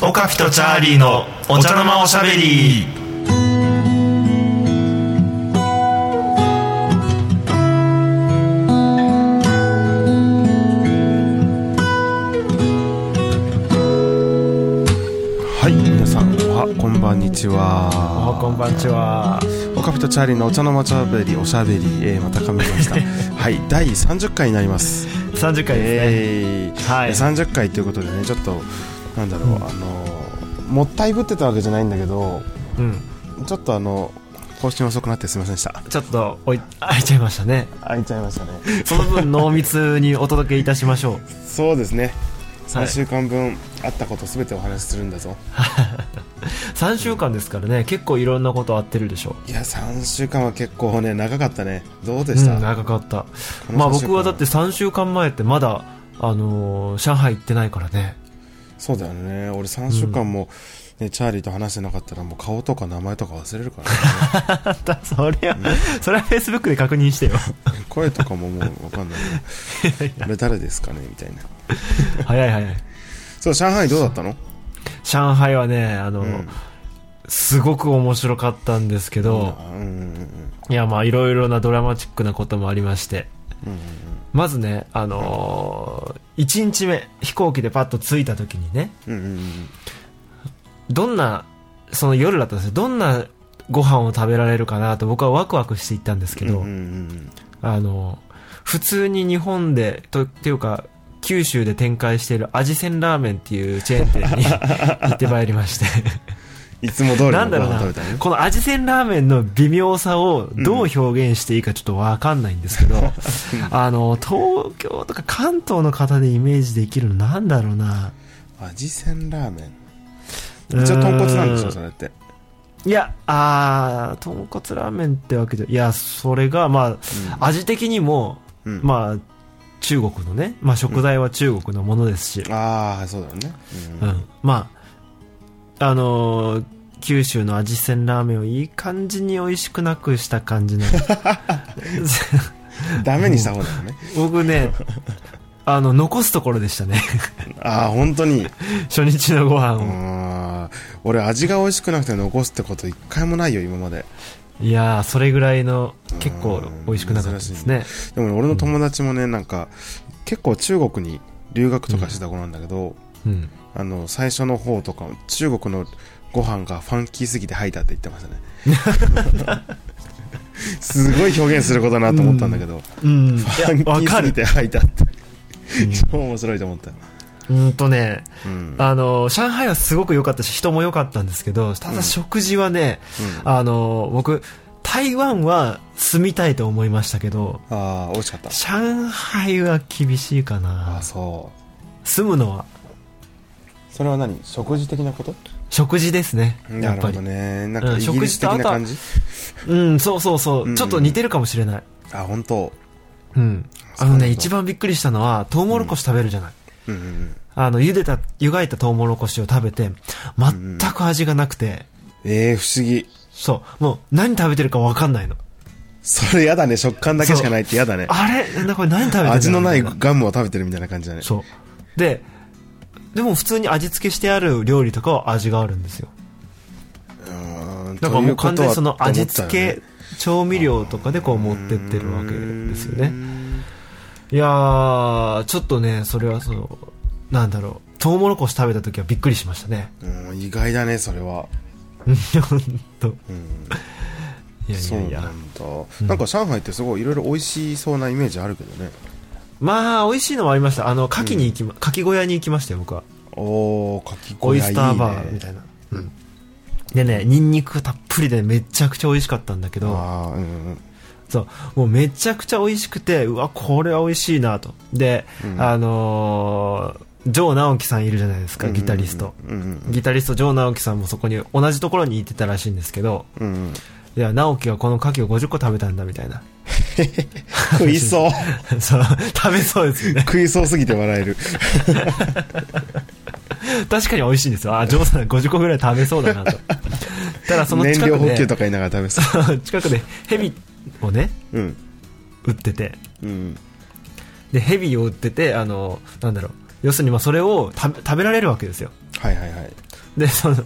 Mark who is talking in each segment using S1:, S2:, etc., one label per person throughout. S1: オカピとチャーリーのお茶の間おしゃべり
S2: はい皆さんおはこんばんにちは
S3: あこんばんちは。
S2: オカピとチャーリーのお茶の間チャーベリーおしゃべり、えー、また噛みま したはい第30回になります
S3: 三十回ですね。
S2: えー
S3: はい
S2: 30回ということでねちょっとなんだろう、あのーもったいぶってたわけじゃないんだけど
S3: うん。
S2: ちょっとあの更新遅くなってすみませんでした
S3: ちょっとおい開いちゃいましたね。
S2: 開いちゃいましたね
S3: その分濃密にお届けいたしましょう。
S2: そうですね
S3: はい
S2: 3週間分あったことすべてお話しするんだぞ、
S3: 三週間ですからね。結構いろんなことあってるでしょ
S2: い、や3週間は結構ね長かったねどう
S3: う。
S2: でした、
S3: うん
S2: あ
S3: 長かった。
S2: この
S3: まあ
S2: 三週間
S3: 僕はだって三週間前ってまだあのー上海行ってないからね。
S2: そうだよね俺3週間も、ねチャーリーと話してなかったらもう顔とか名前とか忘れるからね
S3: だ そりゃ、それはフェイスブックで確認してよ。
S2: 声とかももう分かんないあれ誰ですかねみたいな
S3: 早い早い。
S2: そう上海どうだったの
S3: 上海はねあの、
S2: ん
S3: すごく面白かったんですけど。
S2: うんうんうんうん
S3: いやまあいろいろなドラマチックなこともありまして、まずねあのー、1日目飛行機でパッと着いた時にね
S2: うんうんうん
S3: どんなその夜だったんですよどんなご飯を食べられるかなと僕はワクワクして行ったんですけど、
S2: うんうんうん
S3: あのー普通に日本でとっていうか九州で展開している味仙ラーメンっていうチェーン店に 行ってまいりまして
S2: いつも通り
S3: な
S2: の
S3: ん
S2: ご
S3: だろう
S2: 飯食べ
S3: な
S2: たね、
S3: この味仙ラーメンの微妙さをどう表現していいかちょっとわかんないんですけ ど、あの、東京とか関東の方でイメージできるのなんだろうな。
S2: 味仙ラーメン一応豚骨なんでしょそれって
S3: いや、あー、豚骨ラーメンってわけじゃ、いや、それが、まあ、味的にも、
S2: うん
S3: まあ、中国のね、まあ食材は中国のものですし、
S2: ああそうだよね
S3: うん、まあ、あのー九州の味仙ラーメンをいい感じに美味しくなくした感 じの。
S2: うんダメにした方だよ ね
S3: 僕ねあの残すところでしたね
S2: ああ本当に
S3: 初日のご飯
S2: う
S3: を、
S2: ん俺味が美味しくなくて残すってこと一回もないよ今まで
S3: いやーそれぐらいの結構美味しくなかったですね
S2: でもね俺の友達もねなんか結構中国に留学とかしてた子なんだけど
S3: うん
S2: あの最初の方とか中国のご飯がファンキーすぎて吐いたって言ってましたね すごい表現することだなと思ったんだけど、
S3: うんい
S2: フ
S3: や
S2: ァンキ
S3: わ
S2: ー
S3: か
S2: すぎ
S3: る
S2: て吐いたって超面白いと思った
S3: うんとね
S2: うん
S3: あの上海はすごく良かったし人も良かったんですけどただ食事はね、あの僕台湾は住みたいと思いましたけど
S2: ああ美味しかった
S3: 上海は厳しいか
S2: あ
S3: な
S2: あそ
S3: 住むのは
S2: うそれは何食事的なこと
S3: 食事ですねや
S2: な
S3: っ
S2: る
S3: ぱ
S2: ほ
S3: り
S2: どねなん
S3: う
S2: か
S3: ん
S2: イギリス的な感じ
S3: うんそうそうそう、
S2: うん
S3: ちょっと似てるかもしれない
S2: あ本当
S3: うん。あ
S2: そう
S3: の
S2: なんだ
S3: ね、一番びっくりしたのは、トウモロコシ食べるじゃない。
S2: うんうんうん
S3: あの、茹でた、湯がいたトウモロコシを食べて、全く味がなくて、
S2: ええ不思議
S3: そう、もう何食べてるかわかんないの。
S2: それやだね食感だけしかないってやだね
S3: あれなんだこれ何食べてる
S2: 味のない
S3: みたい
S2: ガムを食べてるみたいな感じだね
S3: そう。で、でも普通に味付けしてある料理とかは味があるんですよ。だからもう完全にその味付け、調味料とかでこう持ってってるわけですよね。いやー、ちょっとね、それはその、なんだろう、トウモロコシ食べた時はびっくりしましたね。
S2: うん意外だねそれは
S3: 本当。いやい
S2: そ
S3: や
S2: う
S3: い
S2: な
S3: や。
S2: んだなんか上海ってすごいいろいろ美味しそうなイメージあるけどね
S3: まあ、美味しいのもありました。あの、牡蠣に行きま、牡蠣小屋に行きましたよ、僕は。
S2: おおかき
S3: オ
S2: 氷
S3: イスターバーみたいな。うん。でね、ニンニクたっぷりでめちゃくちゃ美味しかったんだけど、
S2: ああうんうん
S3: そう、もうめちゃくちゃ美味しくて、うわ、これは美味しいなと。で、あのー、ジョー直樹さんいるじゃないですか、ギタリスト。
S2: うんうん
S3: ギタリスト、ジョー直樹さんもそこに、同じところに行ってたらしいんですけど、
S2: うんうん
S3: いや、直樹がこの牡蠣を50個食べたんだ、みたいな。
S2: 食いそう
S3: そう、食べそうですよね。
S2: 食いそうすぎて笑える
S3: 確かに美味しいんですよ。あ、ジョーさん50個ぐらい食べそうだな と。ただその
S2: 燃
S3: 近
S2: 料
S3: く
S2: 補給
S3: で
S2: と、か言いながら食べそ
S3: 近くでヘビをね、
S2: ううん
S3: 売ってて、
S2: うん
S3: で、ヘビを売ってて、あの、なんだろう、要するにまあそれを食べ食べられるわけですよ。
S2: はいはいはい
S3: でその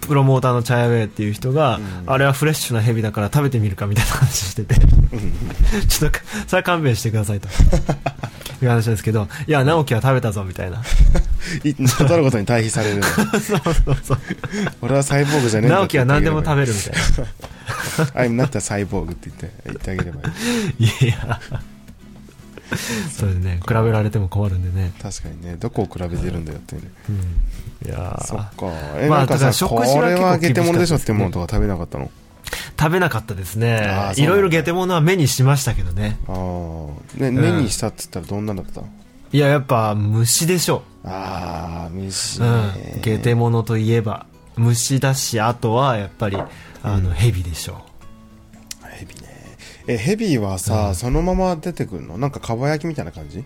S3: プロモーターのチャイアウェイっていう人が、
S2: うん
S3: あれはフレッシュなヘビだから食べてみるかみたいな話してて ちょっとそれは勘弁してください という話ですけどいや直樹は食べたぞみたいな
S2: い断ることに対比されるの
S3: そうそうそう
S2: 俺はサイボーグじゃねえんだ
S3: 直樹は何でも食べるみたいな
S2: べる I'm not a サイボーグって言って言ってあげればいい
S3: いやそうですね比べられても困るんでね、
S2: 確かにねどこを比べてるんだよっていうね
S3: うん、いやー
S2: そっかえ、
S3: まあ
S2: なんか
S3: だから
S2: さ
S3: 食
S2: こ
S3: 事は結構
S2: れは揚げてもので
S3: 厳しかっ
S2: しょっ
S3: たです
S2: てものとか食べなかったの
S3: 食べなかったです
S2: あ
S3: ね
S2: ーそう
S3: い
S2: なんだ
S3: ろいろゲテモノは目にしましたけどね
S2: ああね年にしたっつったらどんなんだったの
S3: いややっぱ虫でしょ
S2: ああ虫
S3: うん、ゲテモノといえば虫だしあとはやっぱりあの蛇でしょ
S2: ヘビねえヘビはさ、そのまま出てくるのなんかかば焼きみたいな感じ
S3: う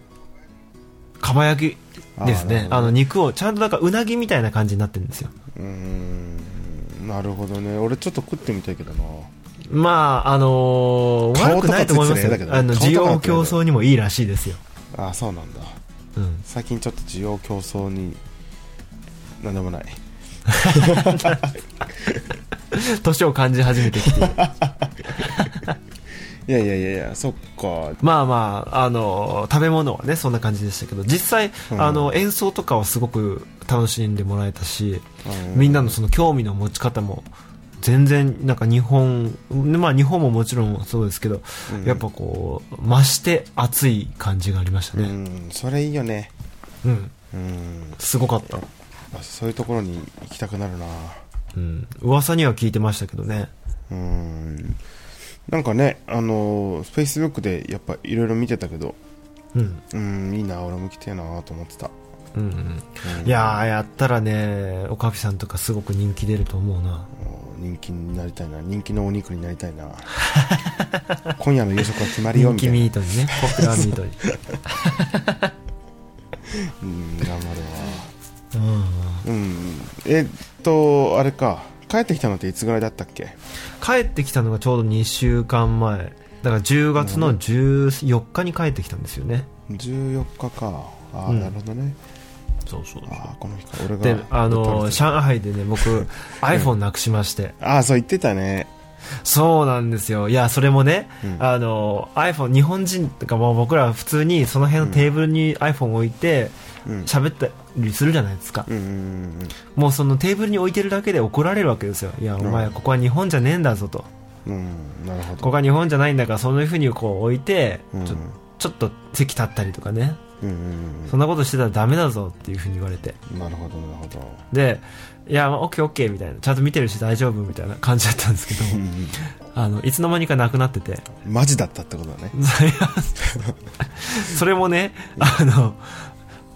S3: かば焼きです
S2: あーなる
S3: ね
S2: ほど
S3: あの肉をちゃんとなんかうなぎみたいな感じになってるんですよ
S2: うーんなるほどね俺ちょっと食ってみたいけどな
S3: まああのー
S2: 顔
S3: 悪
S2: と
S3: く
S2: か
S3: ないと思います
S2: ついて
S3: よ
S2: ねだけどね
S3: あの
S2: 顔とか
S3: 需
S2: だ
S3: 要
S2: け
S3: 競
S2: どね
S3: 争にもいいらしいですよ、
S2: ああそうなんだ
S3: うん、
S2: 最近ちょっと需要競争になんでもない
S3: 年を感じ始めてきて
S2: いやいやいやいやそっか
S3: まあまあ、あのー食べ物はねそんな感じでしたけど実際、
S2: うん
S3: あの演奏とかはすごく楽しんでもらえたし、
S2: うん
S3: みんなのその興味の持ち方も全然なんか日本、まあ日本ももちろんそうですけど、
S2: うん
S3: やっぱこう、増して熱い感じがありました
S2: う
S3: ね。
S2: んそれいいよね
S3: うん。
S2: うん
S3: すごかった。
S2: あそういうところに行きたくなるな
S3: うん。噂には聞いてましたけどね。
S2: うんなんかねあのフェイスブックでやっぱいろいろ見てたけど
S3: うん。
S2: うんいいな俺も来てえなと思ってた、
S3: うん、うん。
S2: うん
S3: いやー、やったらね、おかぴさんとかすごく人気出ると思うな。
S2: もう人気になりたいな人気のお肉になりたいな 今夜の夕食は決まりよ
S3: 人気
S2: みたいな
S3: ミートにね、ポピュラーミートに。
S2: うん頑張るわ
S3: うん。
S2: うんえっとあれか帰ってきたのっていつぐらいだったっけ
S3: 帰ってきたのがちょうど2週間前。だから10月の14日に帰ってきたんですよね。
S2: 14日かああ、
S3: うん
S2: なるほどね
S3: そうそうそう。
S2: ああこの日か俺が
S3: で、あ
S2: う
S3: の
S2: ん
S3: 上海でね、僕、iPhone なくしまして。
S2: ああそう言ってたね
S3: そうなんですよ。いや、それもね、
S2: うん
S3: あの、iPhone、日本人とか、もう僕ら普通にその辺のテーブルに iPhone 置いて、
S2: うん
S3: 喋ったりするじゃないですか
S2: う。んうん
S3: もうそのテーブルに置いてるだけで怒られるわけですよ。いや、お
S2: ん
S3: 前、ここは日本じゃねえんだぞと。
S2: うんうんなるほど
S3: ここは日本じゃないんだから、そういうふうにこう置いて、
S2: うん
S3: ちょちょっと席立ったりとかね、
S2: うんうん
S3: そんなことしてたらダメだぞっていうふうに言われて。
S2: うんなるほどなるほど
S3: で、いや、まあオッケーオッケーみたいな、ちゃんと見てるし大丈夫みたいな感じだったんですけど、
S2: うん
S3: あの、いつの間にかなくなって て、
S2: うんマジだったってことだね
S3: それもね、あの、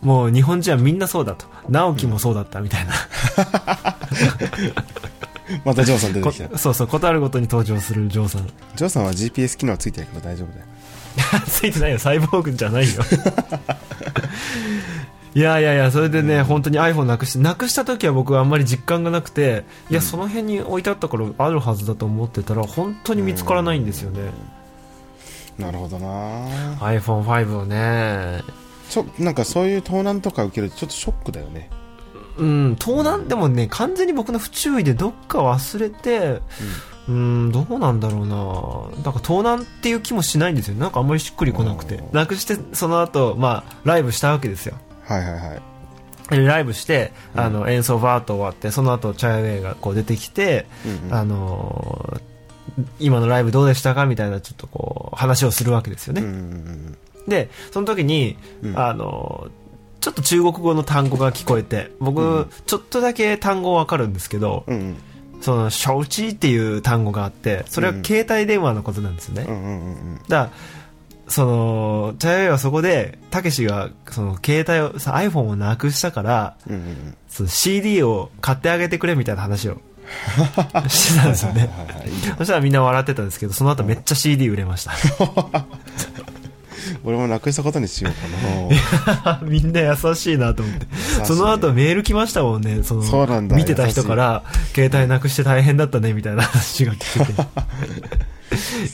S3: もう日本人はみんなそうだと。直樹もそうだったみたいな。
S2: またジョーさん出て
S3: こ
S2: きた
S3: そうそう、ことあるごとに登場するジョーさん。
S2: ジョーさんは GPS 機能ついてるから大丈夫だよ
S3: ついてないよ、サイボーグじゃないよ。いやいやいや、それでね、本当に iPhone なくして、なくした時は僕はあんまり実感がなくて、いや、その辺に置いてあったからあるはずだと思ってたら、本当に見つからないんですよね。
S2: なるほどな
S3: iPhone5 をね、
S2: ちょなんかそういう盗難とか受けるとちょっとショックだよね
S3: うん、盗難でもね、完全に僕の不注意でどっか忘れて、うん、どうなんだろうななんか盗難っていう気もしないんですよ。なんかあんまりしっくりこなくて
S2: あ。ー
S3: なくして、その後、まあ、ライブしたわけですよ。
S2: はいはいはい
S3: でライブして、あの、演奏バーッと終わって、その後、チャイウェイがこう出てきて、
S2: うん
S3: あのー今のライブどうでしたかみたいな、ちょっとこう、話をするわけですよ
S2: うんう
S3: ね。
S2: んうん
S3: で、その時に、
S2: うん
S3: あのーちょっと中国語の単語が聞こえて、僕、
S2: うん
S3: ちょっとだけ単語わかるんですけど、
S2: うんうん
S3: その、承知っていう単語があって、それは携帯電話のことなんですよね。
S2: うんうんうんうん
S3: だから、その、チャイアイはそこで、たけしが、その、携帯を、さ iPhone をなくしたから、
S2: うんうんうん
S3: その CD を買ってあげてくれみたいな話を してたんですよね。
S2: はいはいはい
S3: そしたらみんな笑ってたんですけど、その後めっちゃ CD 売れました。
S2: 俺もなくしたことにしようかな
S3: みんな優しいなと思って。
S2: しい
S3: その後メール来ましたもんね、その、
S2: そうなんだ
S3: 見てた人から、携帯なくして 大変だったねみたいな話が来てて。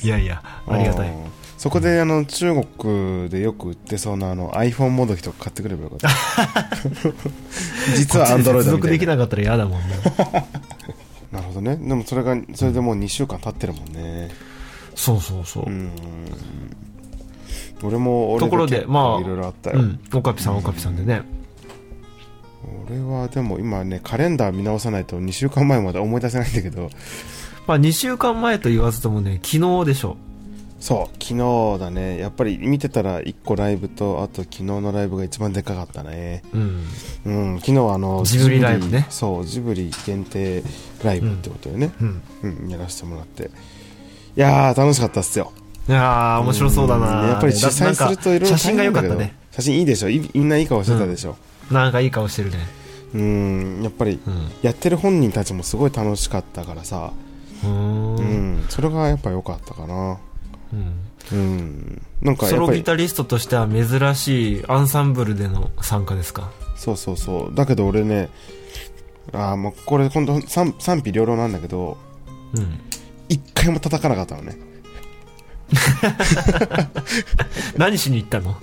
S3: いやいや、ありがたい。
S2: うんそこであの中国でよく売ってそうなあの iPhone もどきとか買ってくればよかった実はアンドロイド
S3: 持
S2: みた
S3: 続
S2: い
S3: で
S2: な
S3: きなかったら嫌だもんね。
S2: なるほどねでもそれがそれでもう2週間経ってるもんね
S3: そうそうそう。
S2: 俺も俺
S3: ところで、まあ、
S2: いろいろあった
S3: う
S2: よ、
S3: ん。オカピさん、オカピさんでね。
S2: 俺はでも今ねカレンダー見直さないと2週間前まで思い出せないんだけど
S3: まあ、2週間前と言わずともね、昨日でしょ。
S2: そう昨日だねやっぱり見てたら1個ライブとあと昨日のライブが一番でかかったね
S3: うん。
S2: うん昨日あの
S3: ジブリライブね
S2: そうジブリ限定ライブってことでね
S3: うん。
S2: うん、やらせてもらっていやー楽しかったっすよ
S3: いやー、面白そうだな、
S2: んやっぱり主催するといろ
S3: なん
S2: いろ
S3: か写真が良かった
S2: 大変なんだ
S3: ね
S2: け。ど写真いいでしょいみんないい顔してたでしょ
S3: なんかいい顔してるね。
S2: うんやっぱり
S3: うん。
S2: やってる本人たちもすごい楽しかったからさ
S3: う
S2: う
S3: ーん。
S2: ん、それがやっぱ良かったかな
S3: うん
S2: うんなんか
S3: ソ
S2: やっ
S3: ロ
S2: ぱ
S3: ギ
S2: り
S3: タリストとしては珍しいアンサンブルでの参加ですか。
S2: そうそうそうだけど俺ねあーもうこれ今度賛賛否両論なんだけど
S3: うん。
S2: 一回も叩かなかったのね
S3: 何しに行ったの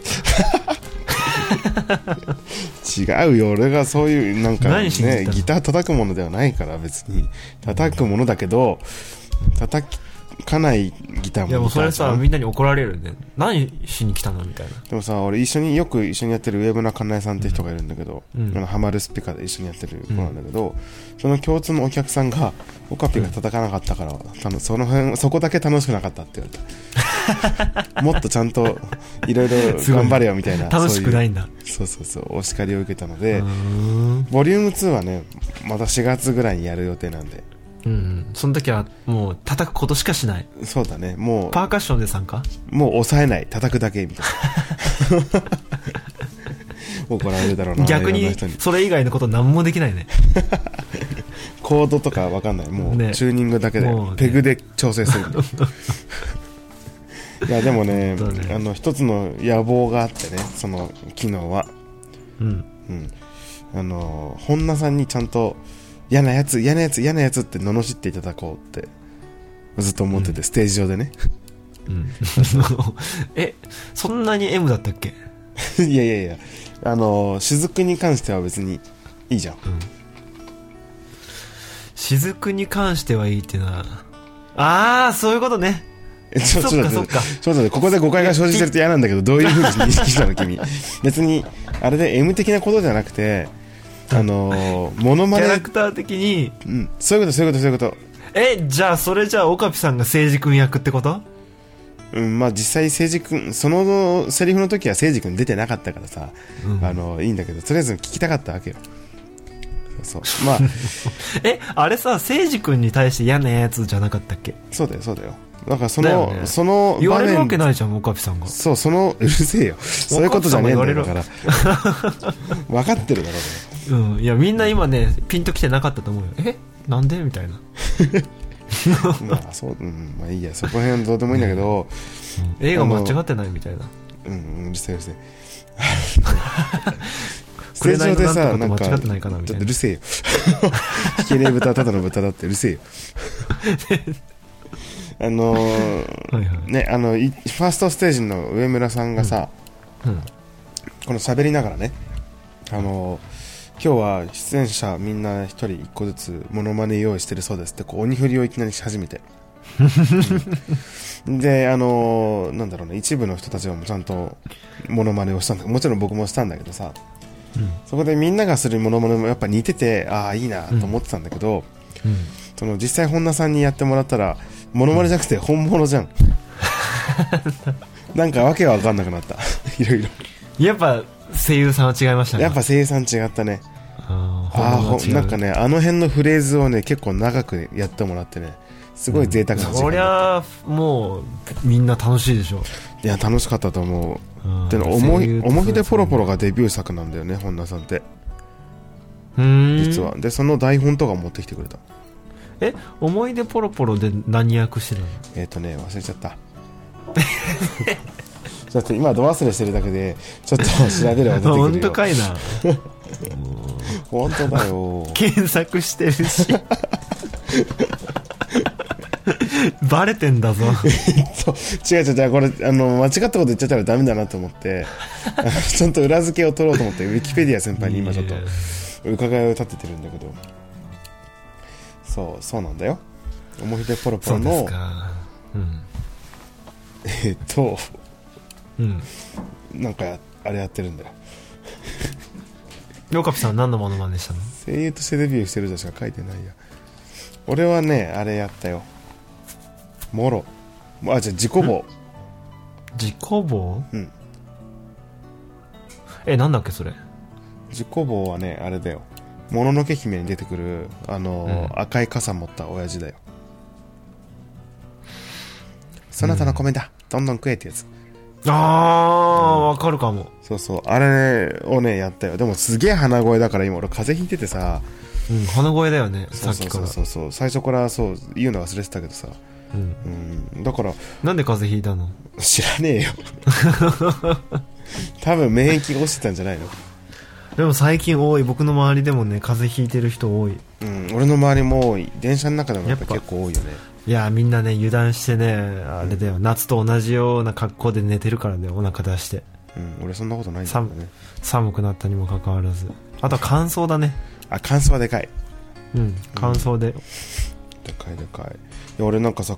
S2: 違うよ俺がそういうなんか
S3: 何しに行った
S2: ね
S3: の
S2: ギター叩くものではないから別に叩くものだけど叩かないギターも
S3: いやもう
S2: ギタ
S3: そ
S2: ー
S3: れ
S2: じゃん
S3: さ、みんなに怒られるね。何しに来たのみたいな。
S2: でもさ俺一緒によく一緒にやってるウェブなかなえさんって人がいるんだけど、
S3: うん
S2: あのハマるスピカで一緒にやってる子なんだけど、その共通のお客さんがオカピが叩かなかったから、たのその辺そこだけ楽しくなかったって言わ れたもっとちゃんといろいろ
S3: すごい
S2: 頑張れよみたいな
S3: 楽しくないいんだ。
S2: うそうそうそうお叱りを受けたので、
S3: うーん。
S2: ボリューム2はねまた4月ぐらいにやる予定なんで
S3: うん。その時はもう叩くことしかしない。
S2: そうだねも
S3: パーカッションで参加
S2: うもう抑えない叩くだけみたい な怒られるだろうな
S3: 逆
S2: いろん
S3: に
S2: な人、
S3: それ以外のこと何もできないね。
S2: コードとかわかんないもう
S3: ね
S2: チューニングだけで、
S3: もうね
S2: ペグで調 整するみたいないやでもね
S3: 本当ね
S2: あの一つの野望があってねその機能は、
S3: うん。
S2: うん、あの本田さんにちゃんと嫌なやつ嫌なやつ嫌なやつって罵っていただこうってずっと思ってて、ステージ 上でね
S3: うん。 え、そんなに M だったっけ
S2: いやいやいやあの雫に関しては別にいいじゃん
S3: 雫に関してはいいっていうのは。あー、そういうことね。
S2: え ちょ
S3: そっか
S2: ちょっと待て
S3: そっか
S2: ちょっと待ってここで誤解が生じてると嫌なんだけど、どういうふうに認識した の、君。別に、あれで M 的なことじゃなくて、あのー、モノ
S3: キ
S2: マ
S3: ャ
S2: ネ
S3: ラ、クター的に、
S2: うん、そういうこと、そういうこと、そういうこ
S3: え、じゃあそれじゃあオカピさんが聖司君役ってこと
S2: と。うん、まあ実際、誠治君、そのセリフの時は誠治君出てなかったからさ、
S3: うん
S2: あのー、いいんだけど、とりあえず聞きたかったわけよ。そうそう。 まあ、
S3: え、あれさ、聖司君に対して嫌なやつじゃなかったっけ
S2: そうだよ、そうだよ。だからそ
S3: だよ
S2: の、
S3: ね
S2: その
S3: 言わ
S2: 場
S3: れるわけ
S2: 面、
S3: ないじゃん、オカピさんが。
S2: そう、その、うるせえよ。そういうことじゃねえんだよだから。 分かってるだろうね。
S3: うん。いや、みんな今ね、ピンときてなかったと思うよ。えなんでみたいな。
S2: まあそう、うん、まあいいや、そこら辺はどうでもいいんだけど、
S3: 映画間違ってないみたいな。
S2: うん、うんうるせえ うるせえ。ステー
S3: 紅
S2: ジ
S3: の
S2: 上でさ、な
S3: なんん
S2: か、
S3: と間
S2: ちょ
S3: 違
S2: っ
S3: ってないかなみた
S2: と
S3: いうな
S2: るせえよ。 ひけれ豚、ただの豚だってうるせえ よ。あのー
S3: はいはい。
S2: ね、あの、いファーストステージの上村さんがさ、
S3: うん。
S2: この喋りながらね、あのー今日は出演者みんな一人一個ずつモノマネ用意してるそうですってこう鬼振りをいきなりし始めて、 うんであのーなんだろうね一部の人たちはもうちゃんとモノマネをしたんだもちろん僕もしたんだけどさ
S3: うん
S2: そこでみんながするモノマネもやっぱ似ててああいいなと思ってたんだけど、
S3: うん。
S2: その実際本田さんにやってもらったらモノマネじゃなくて本物じゃ んなんかわけわかんなくなった いろいろ
S3: やっぱ、声優さんは違いましたね。
S2: やっぱ、声優さん違ったね
S3: あー
S2: ああ
S3: 本物
S2: ほ
S3: は違
S2: な
S3: うん
S2: かねあの辺のフレーズをね結構長くやってもらってねすごい贅沢な時
S3: そ
S2: 間
S3: り
S2: だっ
S3: ゃあもうみんな楽しいでしょ
S2: た、いや楽しかったと思
S3: う
S2: うんで思
S3: 声
S2: い
S3: 優と
S2: 思い出ポロポロがデビュー作なんだよね本田さんって
S3: うーん
S2: 実はでその台本とか持ってきてくれた
S3: え思い出ポロポロで何役してたの
S2: えっ、とね忘れちゃった ちょっと今ド忘れしてるだけでちょっと調べれば出てくる よ
S3: 本当かいな
S2: 本当だよ
S3: 検索してる しバレてんだぞ
S2: と、違う違う違う、これ、あの、間違ったこと言っちゃったらダメだなと 思って、あのちゃんと裏付けを取ろうと思って、ウィキペディア先輩に今ちょっと
S3: いいね
S2: 伺いを立ててるんだけど、そう、そうなんだよ。思い出ポロポ
S3: そ
S2: ロ
S3: うです
S2: の、
S3: かうん
S2: えっと、
S3: うん
S2: なんか、あれやってるんだよ。
S3: よかぴさんは何のモノマネしたの
S2: 声優としてデビューしてるとしか書いてないや。俺はね、あれやったよ。もろ。あ、じゃあ、自己棒。
S3: 自己棒
S2: うん
S3: えなんだっけそれ
S2: 自己棒はね、あれだよ。もののけ姫に出てくる、あのー
S3: うん
S2: 赤い傘持った親父だよ。そなたの米だ、どんどん食えってやつ。
S3: ああわかるかも
S2: そうそう、あれをね、やったよ。でもすげえ鼻声だから今俺風邪ひいててさ、
S3: うん鼻声だよね
S2: そ
S3: さ
S2: う
S3: っ
S2: そ
S3: き
S2: う
S3: か
S2: そ
S3: ら
S2: うそうそう、最初からそう言うの忘れてたけどさ。
S3: うん
S2: うん、だから、
S3: なんで風邪ひいたの
S2: 知らねえ よ。多分免疫が落ちてたんじゃないの
S3: でも最近多い僕の周りでもね風邪ひいてる人多い
S2: うん、俺の周りも多い。電車の中でもやっぱ
S3: やっぱ
S2: 結構多いよね。
S3: いやーみんなね油断してねあれだよ夏と同じような格好で寝てるからねお腹出して
S2: うん、俺そんなことないんだけど
S3: 寒
S2: ね。
S3: 寒くなったにもかかわらずあとは乾燥だね
S2: あ、感想はでかい。
S3: うん乾燥で、
S2: でかいでかいいや俺なんかさ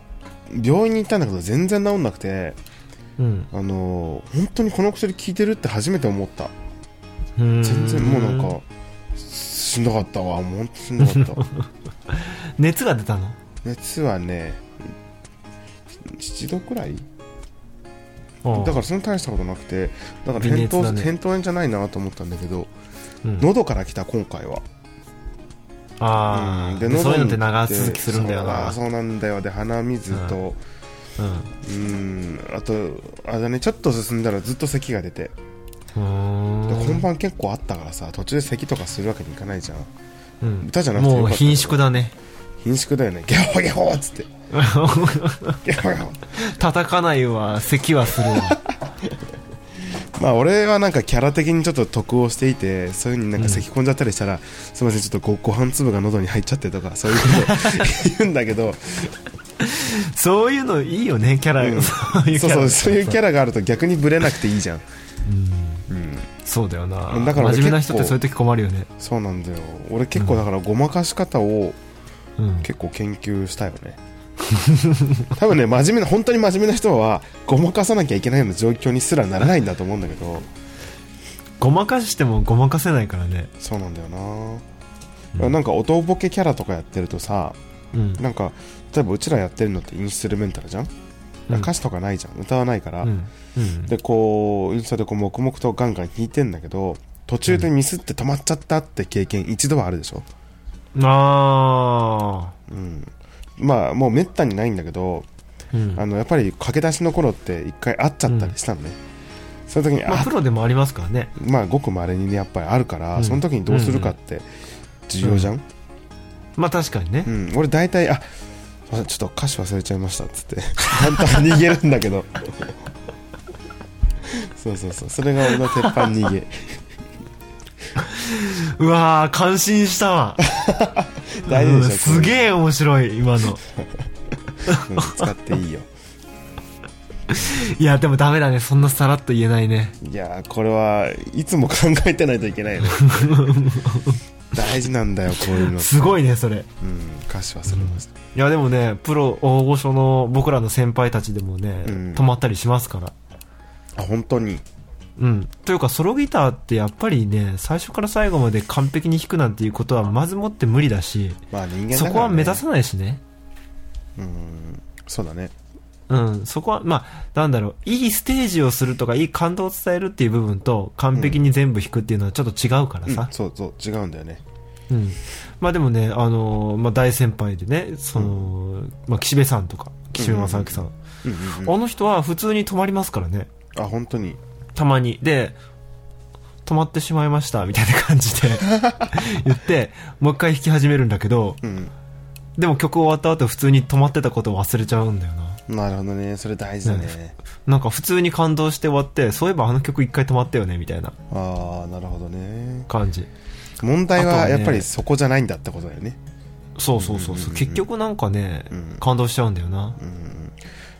S2: 病院に行ったんだけど全然治んなくて
S3: うん、
S2: あのー本当にこの薬効いてるって初めて思った
S3: うん
S2: 全然もうなんかしんどかったわもう本当しんどかった
S3: 熱が出たの
S2: 熱はね7度くらい
S3: おう
S2: だからそんな大したことなくてだから
S3: 微
S2: 扁
S3: 熱
S2: 桃
S3: だね
S2: 扁桃炎じゃないなと思ったんだけど、
S3: うん
S2: 喉から来た今回は
S3: あ
S2: うん
S3: あ、でそういうのって長続きするんだよな
S2: そうそうなんだよで鼻水と
S3: う
S2: うんあとあれだねちょっと進んだらずっと咳が出て
S3: んう
S2: で
S3: ーん
S2: 本番結構あったからさ途中で咳とかするわけにいかないじゃん
S3: うん
S2: 歌じゃなくてよ
S3: も
S2: か
S3: う
S2: った
S3: 貧縮だ ね
S2: 貧縮だよねギャホギャホっつってギャホギャホ
S3: 叩かないわ咳はするわ
S2: まあ俺はなんかキャラ的にちょっと得をしていてそういうふうになんか咳込んじゃったりしたら、すいませんちょっとごご飯粒が喉に入っちゃってとかそういうこと 言うんだけど
S3: そういうのいいよねキャラ、
S2: う ん
S3: そういうキ
S2: そ
S3: ャ
S2: う
S3: ラ
S2: そうそういうキャ
S3: ラ
S2: ラがあると逆にブレなくていいじゃん
S3: そうだよな
S2: だから俺
S3: 真面目な人って
S2: 結構
S3: そういう時困るよね
S2: そうなんだよ俺結構だからごまかし方を
S3: うん
S2: 結構研究したよね 多分ね真面目な本当に真面目な人はごまかさなきゃいけないような状況にすらならないんだと思うんだけど
S3: ごまかしてもごまかせないからね
S2: そうなんだよな、なんか音ボケキャラとかやってるとさ
S3: うん
S2: なんか例えばうちらやってるのってインストゥルメンタルじゃ
S3: う
S2: ん、
S3: ん
S2: 歌詞とかないじゃん歌わないから、
S3: うんうん
S2: でこうインスタでこう黙々とガンガン弾いてんだけど途中でミスって止まっちゃったって経験一度はあるでしょ、
S3: あ
S2: うん、まあもうめったにないんだけど
S3: あ、うん
S2: あのやっぱり駆け出しの頃って一回会っちゃったりしたのね、その時に
S3: まあ
S2: あ
S3: プロでもありますからね
S2: まあごくまれにねやっぱりあるから、
S3: うん
S2: その時にどうするかって重要じゃん、
S3: まあ確かにね
S2: うん俺大体あすいませんちょっと歌詞忘れちゃいましたっつって 簡単に逃げるんだけど そうそうそうそれが俺の鉄板 逃げ
S3: うわー感心したわ
S2: 大事でしょ
S3: うんすげえ面白い今の
S2: うん使っていいよ
S3: いやでもダメだねそんなさらっと言えないね
S2: いやーこれはいつも考えてないといけない よね大事なんだよこういうの、
S3: すごいねそれ
S2: うん、歌詞忘れました
S3: いやでもねプロ大御所の僕らの先輩たちでもね、
S2: うん
S3: 止まったりしますから
S2: あ本当に
S3: うんというかソロギターってやっぱりね最初から最後まで完璧に弾くなんていうことはまずもって無理だし
S2: まあ人間だから、ね、
S3: そこは目指さないしね
S2: うんそうだね
S3: うん、そこは、まあ、なんだろう、いいステージをするとか、いい感動を伝えるっていう部分と、完璧に全部弾くっていうのはちょっと違うから
S2: うん
S3: さ。
S2: そうそう違うんだよね
S3: うん。まあでもね、あのーまあ大先輩でね、その、まあ岸辺さんとか、岸辺正明さん。
S2: うんうんうん
S3: あの人は普通に止まりますからね。
S2: あ本当に
S3: たまに。で、止まってしまいました、みたいな感 じで言って、もう一回弾き始めるんだけど、
S2: うん
S3: でも曲終わった後普通に止まってたことを忘れちゃうんだよな。
S2: なるほどねそれ大事だね
S3: なんか普通に感動して終わって、そういえばあの曲一回止まったよね、みたいな
S2: ああなるほどね
S3: 感じ。
S2: 問題
S3: あとは
S2: は
S3: ね
S2: やっぱりそこじゃないんだってことだよね
S3: そうそうそうそう。結局なんかね
S2: うん、
S3: 感動しちゃうんだよな。
S2: うん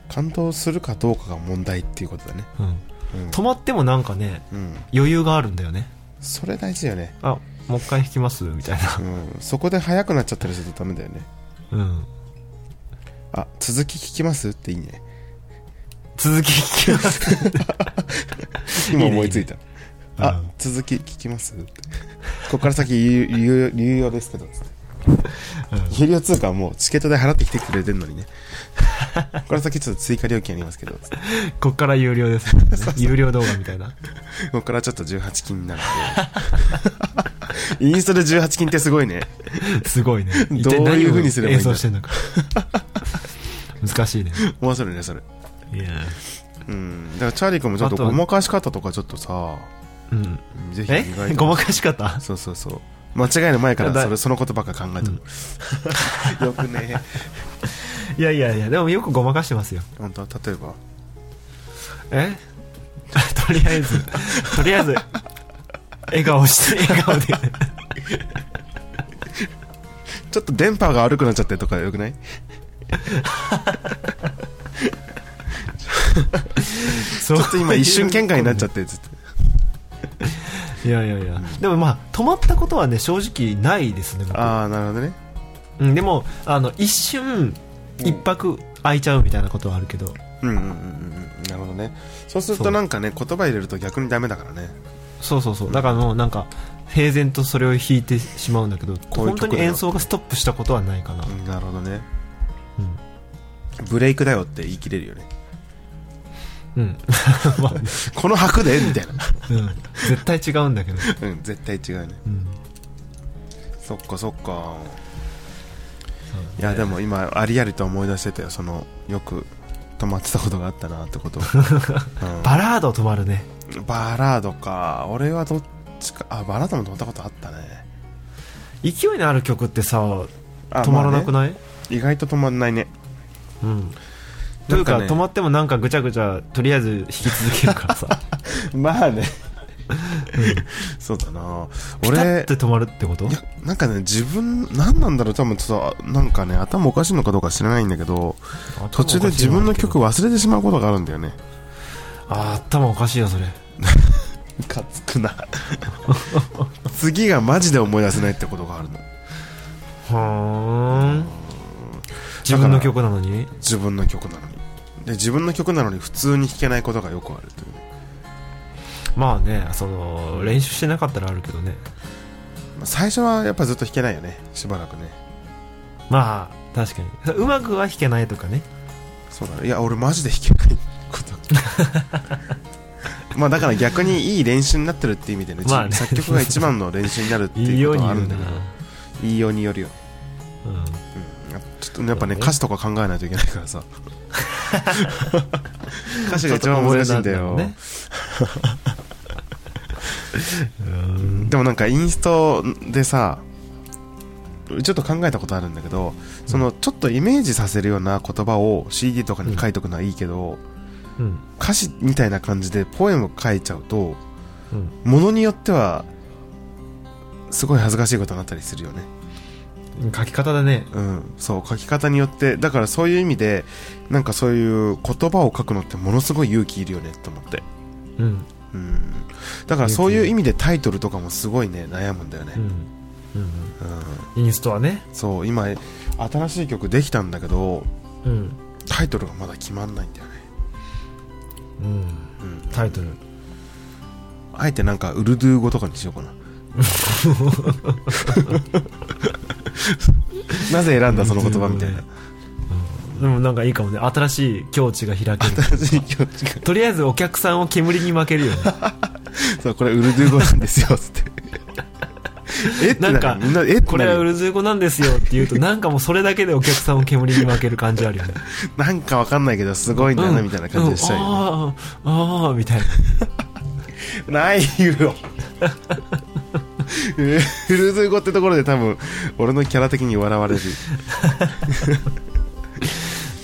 S2: 感動するかどうかが問題っていうことだね
S3: うん
S2: うん
S3: 止まってもなんかね
S2: うん
S3: 余裕があるんだよね
S2: それ大事だよね
S3: あもう一回弾きますみたいな
S2: うんそこで早くなっちゃったりするとダメだよね
S3: うん
S2: あ続き聞きますっていいね
S3: 続き聞きます
S2: 今思いついたあ
S3: うん
S2: 続き聞きますってここから先有有有料ですけど有料通貨はもうチケット代払ってきてくれてるのにねここから先ちょっと追加料金ありますけどつって
S3: こっから有料 です、ね、有料動画みたいな
S2: ここからちょっと18金になるんでインストで18金ってすごいね
S3: すごい ね
S2: ういう
S3: 一体何を
S2: 風にすればいい
S3: 演
S2: んだ
S3: 奏してんの か難しいね
S2: 面白いねそれ
S3: いや
S2: うんだからチャーリー君もちょっと
S3: あとは
S2: ごまかし方とかちょっとさ
S3: うん
S2: ぜひ
S3: え
S2: 磨いて
S3: ごまかし方
S2: そうそうそう間違いの前から
S3: だ
S2: それそのことばっか考えてる、 よくね
S3: いやいやいやでもよくごまかしてますよ
S2: 本当は例えば
S3: え とりあえずとりあえず笑顔して 笑顔で
S2: ちょっと電波が悪くなっちゃってとかよくない
S3: ち
S2: ちょっと今一瞬
S3: 喧嘩
S2: 喧嘩になっちゃってつって
S3: いやいやいやでもまあ止まったことはね正直ないですね僕
S2: ああなるほどね
S3: うん、でもあの一瞬一泊空いちゃうみたいなことはあるけど、
S2: うんうんうんうんなるほどねそうするとなんかね言葉入れると逆にダメだからね
S3: そうそうそうだからもうなんか平然とそれを弾いてしまうんだけど
S2: こういう
S3: 本
S2: 曲
S3: 当に
S2: だ
S3: 演奏がストップしたことはないかな、
S2: うんなるほどね
S3: うん
S2: ブレイクだよって言い切れるよね
S3: うん、まあね
S2: この拍でみた いな
S3: うん、絶対違うんだけど、
S2: うん絶対違うね
S3: うん、
S2: そっかそっかいやでも今ありありと思い出してたよそのよく止まってたことがあったなっ てこと、うん
S3: バラード止まるね
S2: バラードか俺はどっちかあバラードも止まったことあったね
S3: 勢いのある曲ってさ止
S2: あ
S3: まらなく
S2: まあね
S3: ない、
S2: 意外と止まんないね
S3: うんというか
S2: なんかね
S3: 止まってもなんかぐちゃぐちゃとりあえず弾き続けるからさ
S2: まあね、 そうだな
S3: ピタ
S2: 俺
S3: ッて止まるってこと
S2: いやなんかね自分何なんだろう多分ちょっとなんかね頭おかしいのかどうか知らないんだけど途中で自分の曲
S3: は
S2: 忘れてしまうことがあるんだよね
S3: あー頭おかしいなそれ
S2: ムカつくな 次がマジで思い出せないってことがあるの
S3: はーん自分の曲なのに
S2: 自分の曲なのにで自分の曲なのに普通に弾けないことがよくあるというね
S3: まあねその練習してなかったらあるけどね
S2: まあ最初はやっぱずっと弾けないよねしばらくね
S3: まあ確かにうまくは弾けないとかね
S2: そうだねいや俺マジで弾けないことまあだから逆にいい練習になってるって意味でね,、
S3: まあね
S2: 作曲が一番の練習になるって
S3: いい
S2: いう
S3: よ
S2: こ
S3: う
S2: と
S3: に
S2: はあ
S3: 言
S2: る
S3: うん
S2: だ
S3: な
S2: けどいいようによるよ、
S3: うん
S2: うん、やっぱちょっとねやっぱね歌詞とか考えないといけないから さ歌詞が一番難しいんだよ、
S3: ねうん
S2: でもなんかインストでさちょっと考えたことあるんだけどそのちょっとイメージさせるような言葉を CD とかに書いとくのはいいけど、
S3: うん
S2: 歌詞みたいな感じでポエムを書いちゃうと
S3: うん
S2: ものによってはすごい恥ずかしいことになったりするよね
S3: 書き方だね
S2: うんそう書き方によってだからそういう意味でなんかそういう言葉を書くのってものすごい勇気いるよねと思って
S3: うん
S2: うんだからそういう意味でタイトルとかもすごいね悩むんだよね
S3: うんうんインストはね
S2: うん、そう今新しい曲できたんだけど
S3: うん
S2: タイトルがまだ決まんないんだよね
S3: うん
S2: うん
S3: タイトル
S2: あえてなんかウルドゥー語とかにしようか な なぜ選んだその言葉みたいな
S3: でもなんかいいかもね新しい境地が開ける
S2: 新しい教授が
S3: とりあえずお客さんを煙に負ける よね
S2: そうこれウルドゥー語なんですよつって えってな
S3: なんか
S2: るみんなえって
S3: これ
S2: な
S3: はウ
S2: る
S3: ルズー語なんですよって言うとなんかもうそれだけでお客さんを煙に負ける感じあ るよね
S2: なんかわかんないけどすごいんだよなみたいな感じでしたい、
S3: うんああああみたいな
S2: な いよウルドゥー語ってところで多分俺のキャラ的に笑われる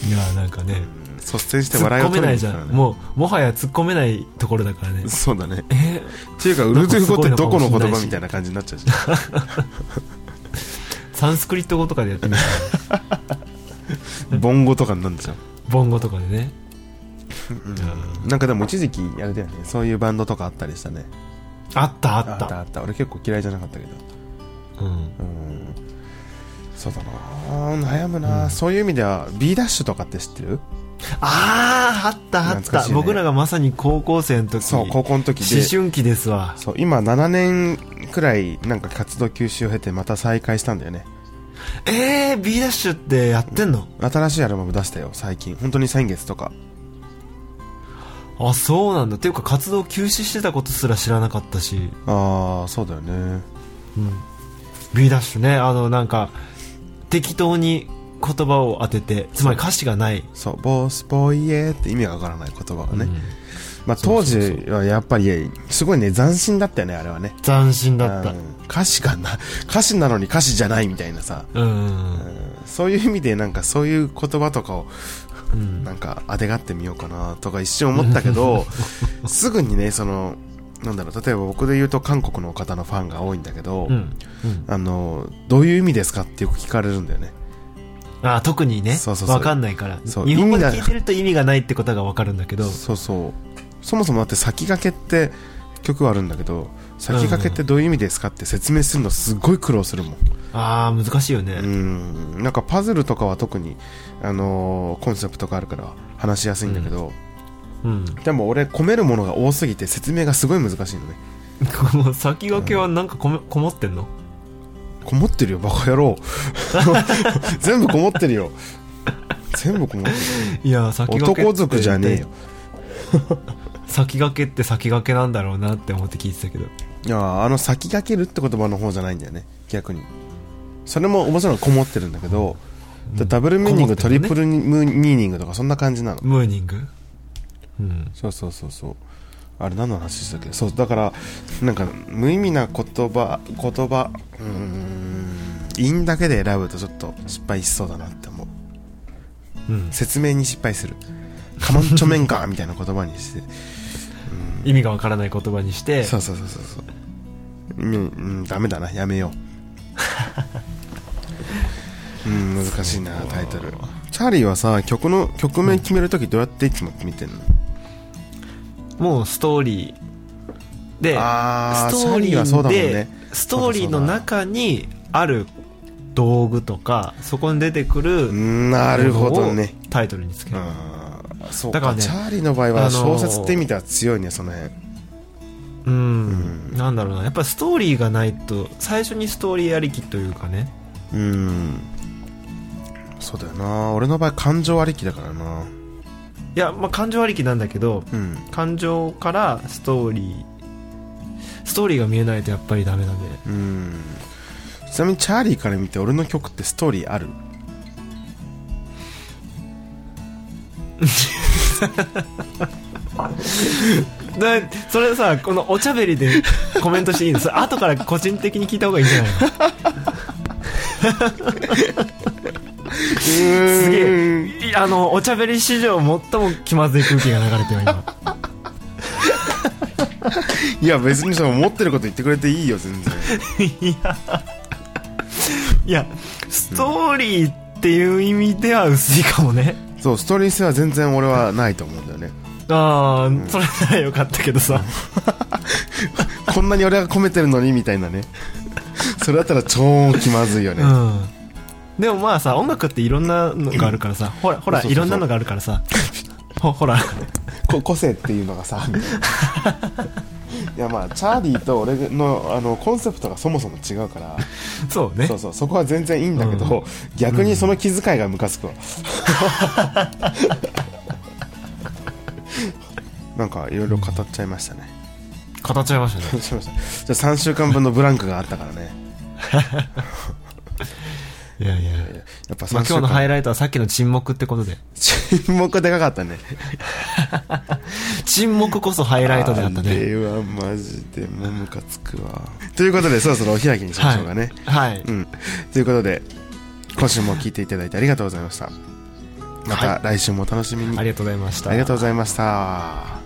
S3: いやなんかね
S2: 率先して
S3: 突
S2: 笑い
S3: っ
S2: を
S3: 込め
S2: 取
S3: な
S2: り
S3: い
S2: に
S3: じ
S2: 行く
S3: ゃ
S2: から
S3: ん
S2: ね
S3: もうもはや突っ込めないところだからね
S2: そうだね
S3: え
S2: っていうかウルドゥー語ってどこの言葉みたいな感じになっちゃうじゃん
S3: サンスクリット語とかでやってみたら
S2: ボン語とかになるじゃん
S3: 梵ボンゴとかでね。
S2: なんかでも一時期あれだよねそういうバンドとかあったりしたね
S3: あったあ
S2: あ
S3: っ
S2: ったあ
S3: た。
S2: った俺結構嫌いじゃなかったけど
S3: うん。
S2: うんそうだな悩むな、そういう意味では B ダッシュとかって知ってる
S3: あー、あったあっ
S2: 懐か
S3: た。
S2: しいね
S3: 僕らがまさに高校生の時。
S2: そう高校の時で
S3: 思春期ですわ。
S2: そう今7年くらいなんか活動休止を経てまた再開したんだよね
S3: えー、B ダッシュってやってんの
S2: 新しいアルバム出したよ最近本当に先月とか
S3: あ、そうなんだ。っていうか活動休止してたことすら知らなかったし。
S2: ああそうだよね
S3: B ダッシュね、あの、なんか、適当に言葉を当てて、つまり歌詞がない。
S2: そうボスボイエーって意味がわからない言葉がね、まあ、当時はやっぱりすごいね斬新だったよねあれはね
S3: 斬新だった
S2: う。ん歌詞がな歌詞なのに歌詞じゃないみたいなさ、
S3: うん。
S2: そういう意味でなんかそういう言葉とかを
S3: うん
S2: なんかあてがってみようかなとか一瞬思ったけ どすぐにねそのなんだろう例えば僕で言うと韓国の方のファンが多いんだけど、
S3: うん。
S2: あのどういう意味ですかってよく聞かれるんだよね
S3: あ特にね
S2: そうそうそう
S3: わかんないから
S2: そう
S3: 日本語で
S2: 意味
S3: 聞
S2: が
S3: いてると意味がないってことがわかるんだけど
S2: そうそうそもそもだって先駆けって曲はあるんだけど先駆けってどういう意味ですかって説明するのすごい苦労するもん
S3: ああ難しいよね、
S2: うんなんかパズルとかは特に、あのーコンセプトがあるから話しやすいんだけど、
S3: うん
S2: でも俺込めるものが多すぎて説明がすごい難しいのね
S3: この先駆けはなんかこもこもってんの
S2: こもってるよバカ 野郎全部こもってるよ全部こもって
S3: いや先
S2: る
S3: 駆けって
S2: 男族じゃねえよ
S3: 先駆けって先駆けなんだろうなって思って聞いてたけど
S2: いやあの先駆けるって言葉の方じゃないんだよね逆にそれももちろんこもってるんだけど、ダブルミーニング、
S3: こも
S2: ト
S3: ってる
S2: リ
S3: ね
S2: プルミーニングとかそんな感じなの
S3: ムーニングうん
S2: そうそうそうそうあれ何の話でしたっけそうだからなんか無意味な言葉言葉うーん韻だけで選ぶとちょっと失敗しそうだなって思う
S3: うん
S2: 説明に失敗するカマンチョメンガーみたいな言葉にして
S3: 意味がわからない言葉にして
S2: そうそうそうそうそううん、うん、ダメだなやめよ ううん難しいなタイトルチャーリーはさ曲の曲名決めるときどうやっていつも見てんの、
S3: もうストーリーで
S2: あー
S3: ストーリ
S2: シャーリーはそう
S3: ー
S2: だもん
S3: で、
S2: ね
S3: ストーリーの中にある道具とかそこに出てくる
S2: なるほどね
S3: タイトルにつける、
S2: うんそうか
S3: だからね
S2: チャーリーの場合は
S3: あのー
S2: 小説って意味では強いねその辺
S3: うん、なんだろうなやっぱりストーリーがないと最初にストーリーありきというかね
S2: うんそうだよな俺の場合感情ありきだからない
S3: や、まあ、感情ありきなんだけど
S2: うん
S3: 感情からストーリーストーリーが見えないとやっぱりダメなんで
S2: うんちなみにチャーリーから見て俺の曲ってストーリーある
S3: だそれさこのおしゃべりでコメントしていい のそれ後から個人的に聞いた方がいいんじゃないの
S2: す
S3: すげえいあのおしゃべり史上最も気まずい空気が流れてる 今
S2: いや別にその思ってること言ってくれていいよ全然
S3: いやストーリーっていう意味では薄いかもね
S2: そうストーリー性は全然俺はないと思うんだよね
S3: ああそれならよかったけどさ
S2: こんなに俺が込めてるのにみたいなねそれだったら超気まずいよね、
S3: うんでもまあさ音楽っていろんなのがあるからさほらほら
S2: そうそうそう
S3: いろんなのがあるからさほ ほら
S2: こ個性っていうのがさみたい ないやまあチャーリーと俺のあのコンセプトがそもそも違うから
S3: そうね
S2: そうそうそこは全然いいんだけど、逆にその気遣いがムカ つくわなんかいろいろ語っちゃいましたね
S3: 語っちゃいました
S2: ど
S3: ね
S2: うしましたじゃあ3週間分のブランクがあったからね
S3: いやいや
S2: やっぱ
S3: まあ今
S2: 3週
S3: 日
S2: 間、
S3: のハイライトはさっきの沈黙ってことで
S2: 沈黙でかかったね
S3: 沈黙こそハイライトであった
S2: あ
S3: ね
S2: れはマジでもうムカつくわということでそろそろお開きにしましょうかね、
S3: はい、
S2: うん、ということで今週も聞いていただいてありがとうございましたまた来週もお楽しみに、
S3: ありがとうございました
S2: ありがとうございました